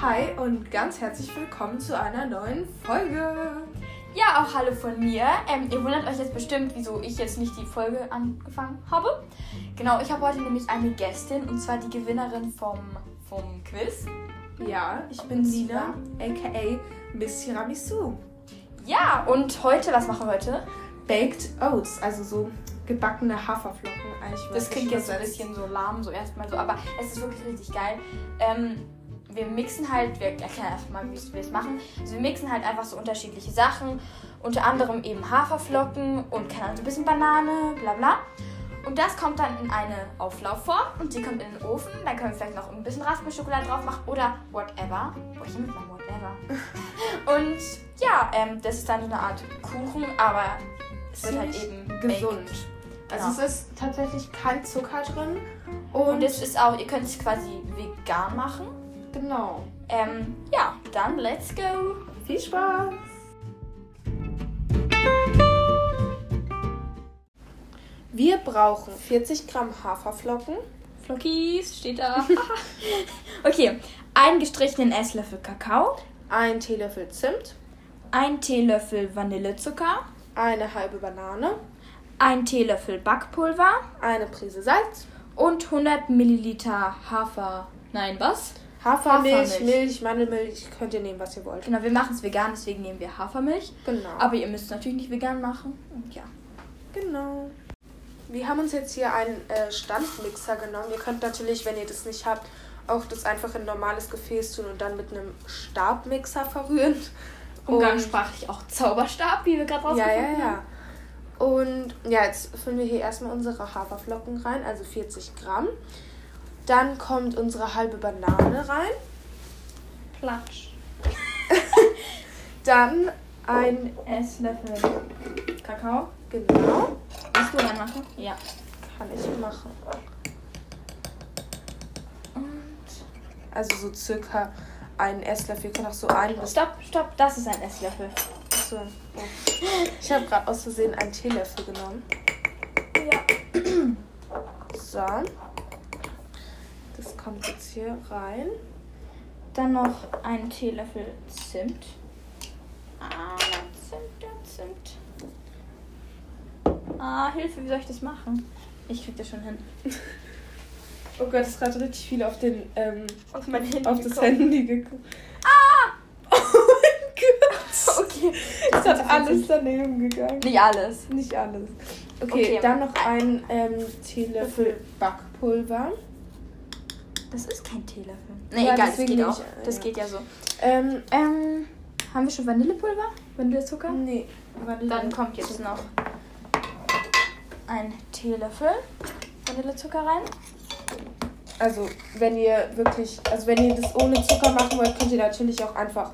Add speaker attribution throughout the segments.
Speaker 1: Hi und ganz herzlich willkommen zu einer neuen Folge.
Speaker 2: Ja, auch Hallo von mir. Ähm, ihr wundert euch jetzt bestimmt, wieso ich jetzt nicht die Folge angefangen habe. Genau, ich habe heute nämlich eine Gästin und zwar die Gewinnerin vom, vom Quiz.
Speaker 1: Ja, ich bin Lina, aka Miss Tiramisu.
Speaker 2: Ja, und heute, was machen wir heute?
Speaker 1: Baked Oats, also so gebackene Haferflocken. Ah, ich weiß
Speaker 2: Das
Speaker 1: nicht,
Speaker 2: klingt jetzt so ein
Speaker 1: übersetzt.
Speaker 2: bisschen so lahm, so erstmal so, aber es ist wirklich richtig geil. Ähm, wir mixen halt, wir erklären einfach mal, wie wir es machen. Also wir mixen halt einfach so unterschiedliche Sachen, unter anderem eben Haferflocken und keine Ahnung, so ein bisschen Banane, bla bla. Und das kommt dann in eine Auflaufform und die kommt in den Ofen. Dann können wir vielleicht noch ein bisschen Raspelschokolade drauf machen oder whatever. Oh, Boah, ich mit meinem whatever. und ja, ähm, das ist dann so eine Art Kuchen, aber es wird halt
Speaker 1: Ziemlich
Speaker 2: eben
Speaker 1: gesund.
Speaker 2: baked.
Speaker 1: Also es ist tatsächlich kein Zucker drin. Und,
Speaker 2: Und es ist auch, ihr könnt es quasi vegan machen.
Speaker 1: genau.
Speaker 2: Ähm, ja, dann let's go.
Speaker 1: Viel Spaß! Wir brauchen 40 Gramm Haferflocken,
Speaker 2: Flockies steht da. okay, einen gestrichenen Esslöffel Kakao,
Speaker 1: einen Teelöffel Zimt,
Speaker 2: ein Teelöffel Vanillezucker,
Speaker 1: eine halbe Banane,
Speaker 2: ein Teelöffel Backpulver
Speaker 1: eine Prise Salz,
Speaker 2: und 100 Milliliter Hafer. Nein, was?
Speaker 1: Hafermilch,
Speaker 2: Hafermilch.
Speaker 1: Milch, Mandelmilch, könnt ihr nehmen, was ihr wollt.
Speaker 2: Genau, wir machen es vegan, deswegen nehmen wir Hafermilch.
Speaker 1: Genau.
Speaker 2: Aber ihr müsst es natürlich nicht vegan machen. Und ja.
Speaker 1: genau. Wir haben uns jetzt hier einen äh, Standmixer genommen. Ihr könnt natürlich, wenn ihr das nicht habt, auch das einfach in ein normales Gefäß tun und dann mit einem Stabmixer verrühren. Und-
Speaker 2: Umgangssprachlich auch Zauberstab, wie wir gerade
Speaker 1: Ja,
Speaker 2: rausgefunden
Speaker 1: ja,
Speaker 2: haben.
Speaker 1: ja. Und ja, jetzt füllen wir hier erstmal unsere Haferflocken rein, also 40 Gramm. Dann kommt unsere halbe Banane rein.
Speaker 2: Platsch.
Speaker 1: Dann ein,
Speaker 2: Esslöffel Kakao.
Speaker 1: genau,
Speaker 2: Willst du reinmachen? Ja.
Speaker 1: kann ich machen. Also so circa einen Esslöffel. Ihr könnt auch so einen bis.
Speaker 2: Also Stopp, stopp, das ist ein Esslöffel.
Speaker 1: So. Oh. Ich habe gerade aus Versehen einen Teelöffel genommen.
Speaker 2: Ja.
Speaker 1: So. Das kommt jetzt hier rein.
Speaker 2: Dann noch einen Teelöffel Zimt. Ah, Zimt, ja, Zimt. Ah, Hilfe, wie soll ich das machen? Ich krieg das schon hin.
Speaker 1: Oh Gott, es ist gerade richtig viel auf den ähm,
Speaker 2: Auf mein Handy.
Speaker 1: auf das
Speaker 2: gekommen.
Speaker 1: Handy geguckt. Ah! Oh mein Gott!
Speaker 2: Okay.
Speaker 1: Es hat alles daneben gegangen.
Speaker 2: Nicht alles.
Speaker 1: Nicht alles. Okay,
Speaker 2: Okay.
Speaker 1: dann noch ein ähm, Teelöffel Backpulver.
Speaker 2: Das ist kein Teelöffel. Nee,
Speaker 1: Ja,
Speaker 2: egal, das
Speaker 1: deswegen
Speaker 2: geht
Speaker 1: nehme
Speaker 2: auch.
Speaker 1: ich-
Speaker 2: Das
Speaker 1: ja.
Speaker 2: geht äh, ja so.
Speaker 1: Ähm,
Speaker 2: Ähm, haben wir schon Vanillepulver? Vanillezucker?
Speaker 1: nee. Vanille.
Speaker 2: Dann kommt jetzt noch ein Teelöffel Vanillezucker rein.
Speaker 1: Also, wenn ihr wirklich, also wenn ihr das ohne Zucker machen wollt, könnt ihr natürlich auch einfach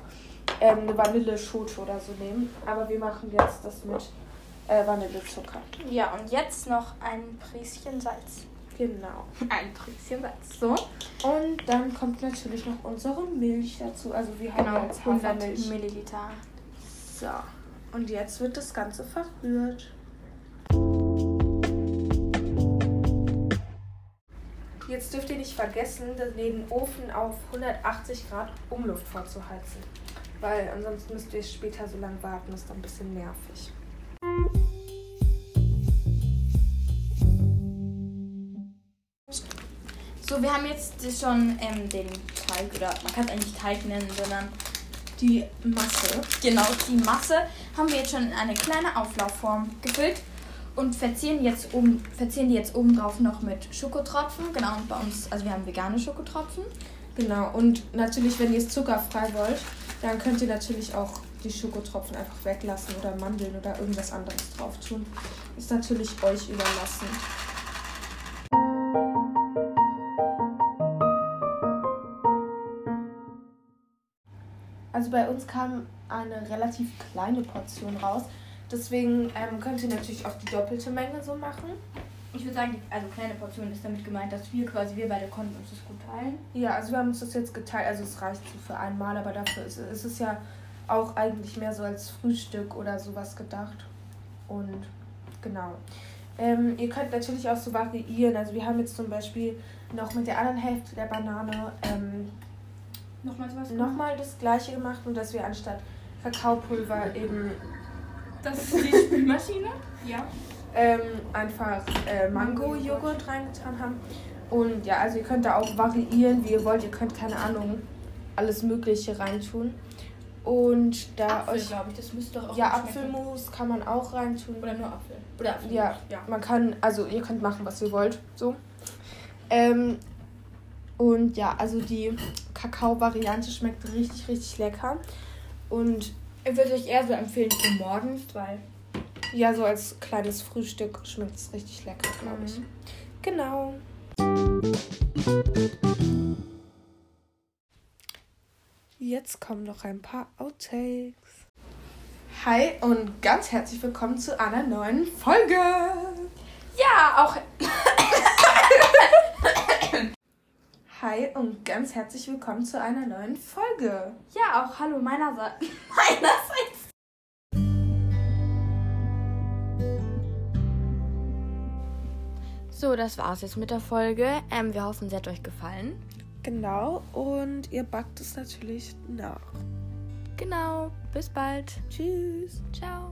Speaker 1: ähm, eine Vanilleschote oder so nehmen. Aber wir machen jetzt das mit äh, Vanillezucker.
Speaker 2: Ja, und jetzt noch ein Prieschen Salz.
Speaker 1: Genau.
Speaker 2: Ein Prieschen Salz. So,
Speaker 1: Und dann kommt natürlich noch unsere Milch dazu. Also wir haben
Speaker 2: genau,
Speaker 1: jetzt
Speaker 2: 100
Speaker 1: Hafermilch.
Speaker 2: Milliliter.
Speaker 1: So, und jetzt wird das Ganze verrührt. Jetzt dürft ihr nicht vergessen, den Ofen auf 180 Grad Umluft vorzuheizen. Weil ansonsten müsst ihr später so lange warten, ist dann ein bisschen nervig.
Speaker 2: So, wir haben jetzt das schon ähm, den Teig, oder man kann es eigentlich Teig nennen, sondern die Masse. Genau, die Masse haben wir jetzt schon in eine kleine Auflaufform gefüllt und verzieren, jetzt oben, verzieren die jetzt obendrauf noch mit Schokotropfen. Genau, und bei uns, also wir haben vegane Schokotropfen.
Speaker 1: Genau, und natürlich, wenn ihr es zuckerfrei wollt, dann könnt ihr natürlich auch die Schokotropfen einfach weglassen oder Mandeln oder irgendwas anderes drauf tun. Ist natürlich euch überlassen. Also bei uns kam eine relativ kleine Portion raus. Deswegen ähm, könnt ihr natürlich auch die doppelte Menge so machen.
Speaker 2: Ich würde sagen, die, also kleine Portion ist damit gemeint, dass wir quasi, wir beide konnten uns das gut teilen.
Speaker 1: Ja, also wir haben uns das jetzt geteilt. Also es reicht so für einmal, aber dafür ist, ist es ja auch eigentlich mehr so als Frühstück oder sowas gedacht. Und genau. Ähm, ihr könnt natürlich auch so variieren. Also wir haben jetzt zum Beispiel noch mit der anderen Hälfte der Banane ähm,
Speaker 3: Nochmal sowas?
Speaker 1: nochmal das gleiche gemacht und dass wir anstatt Kakaopulver eben
Speaker 3: Das ist die Spülmaschine? ja.
Speaker 1: ähm, einfach äh, Mango-Joghurt reingetan haben. Und ja, also ihr könnt da auch variieren, wie ihr wollt. Ihr könnt, keine Ahnung, alles Mögliche reintun. Und da
Speaker 3: Apfel,
Speaker 1: euch.
Speaker 3: glaube ich. Das müsste doch auch
Speaker 1: Ja,
Speaker 3: gut schmecken.
Speaker 1: Apfelmus kann man auch reintun.
Speaker 3: Oder nur Apfel. Oder Apfel.
Speaker 1: Ja,
Speaker 3: ja.
Speaker 1: man kann, also ihr könnt machen, was ihr wollt, so. Ähm, und ja, also die Kakao-Variante schmeckt richtig, richtig lecker. Und
Speaker 2: Ich würde euch eher so empfehlen für morgens, weil
Speaker 1: ja, so als kleines Frühstück schmeckt es richtig lecker, glaube ich.
Speaker 2: Mhm.
Speaker 1: Genau. Jetzt kommen noch ein paar Outtakes. Hi und ganz herzlich willkommen zu einer neuen Folge.
Speaker 2: Ja, auch
Speaker 1: Hi und ganz herzlich willkommen zu einer neuen Folge.
Speaker 2: ja, auch hallo meinerseits. meinerseits. So, das war's jetzt mit der Folge. Ähm, wir hoffen, sie hat euch gefallen.
Speaker 1: Genau, und ihr backt es natürlich nach.
Speaker 2: Genau, bis bald.
Speaker 1: Tschüss.
Speaker 2: Ciao.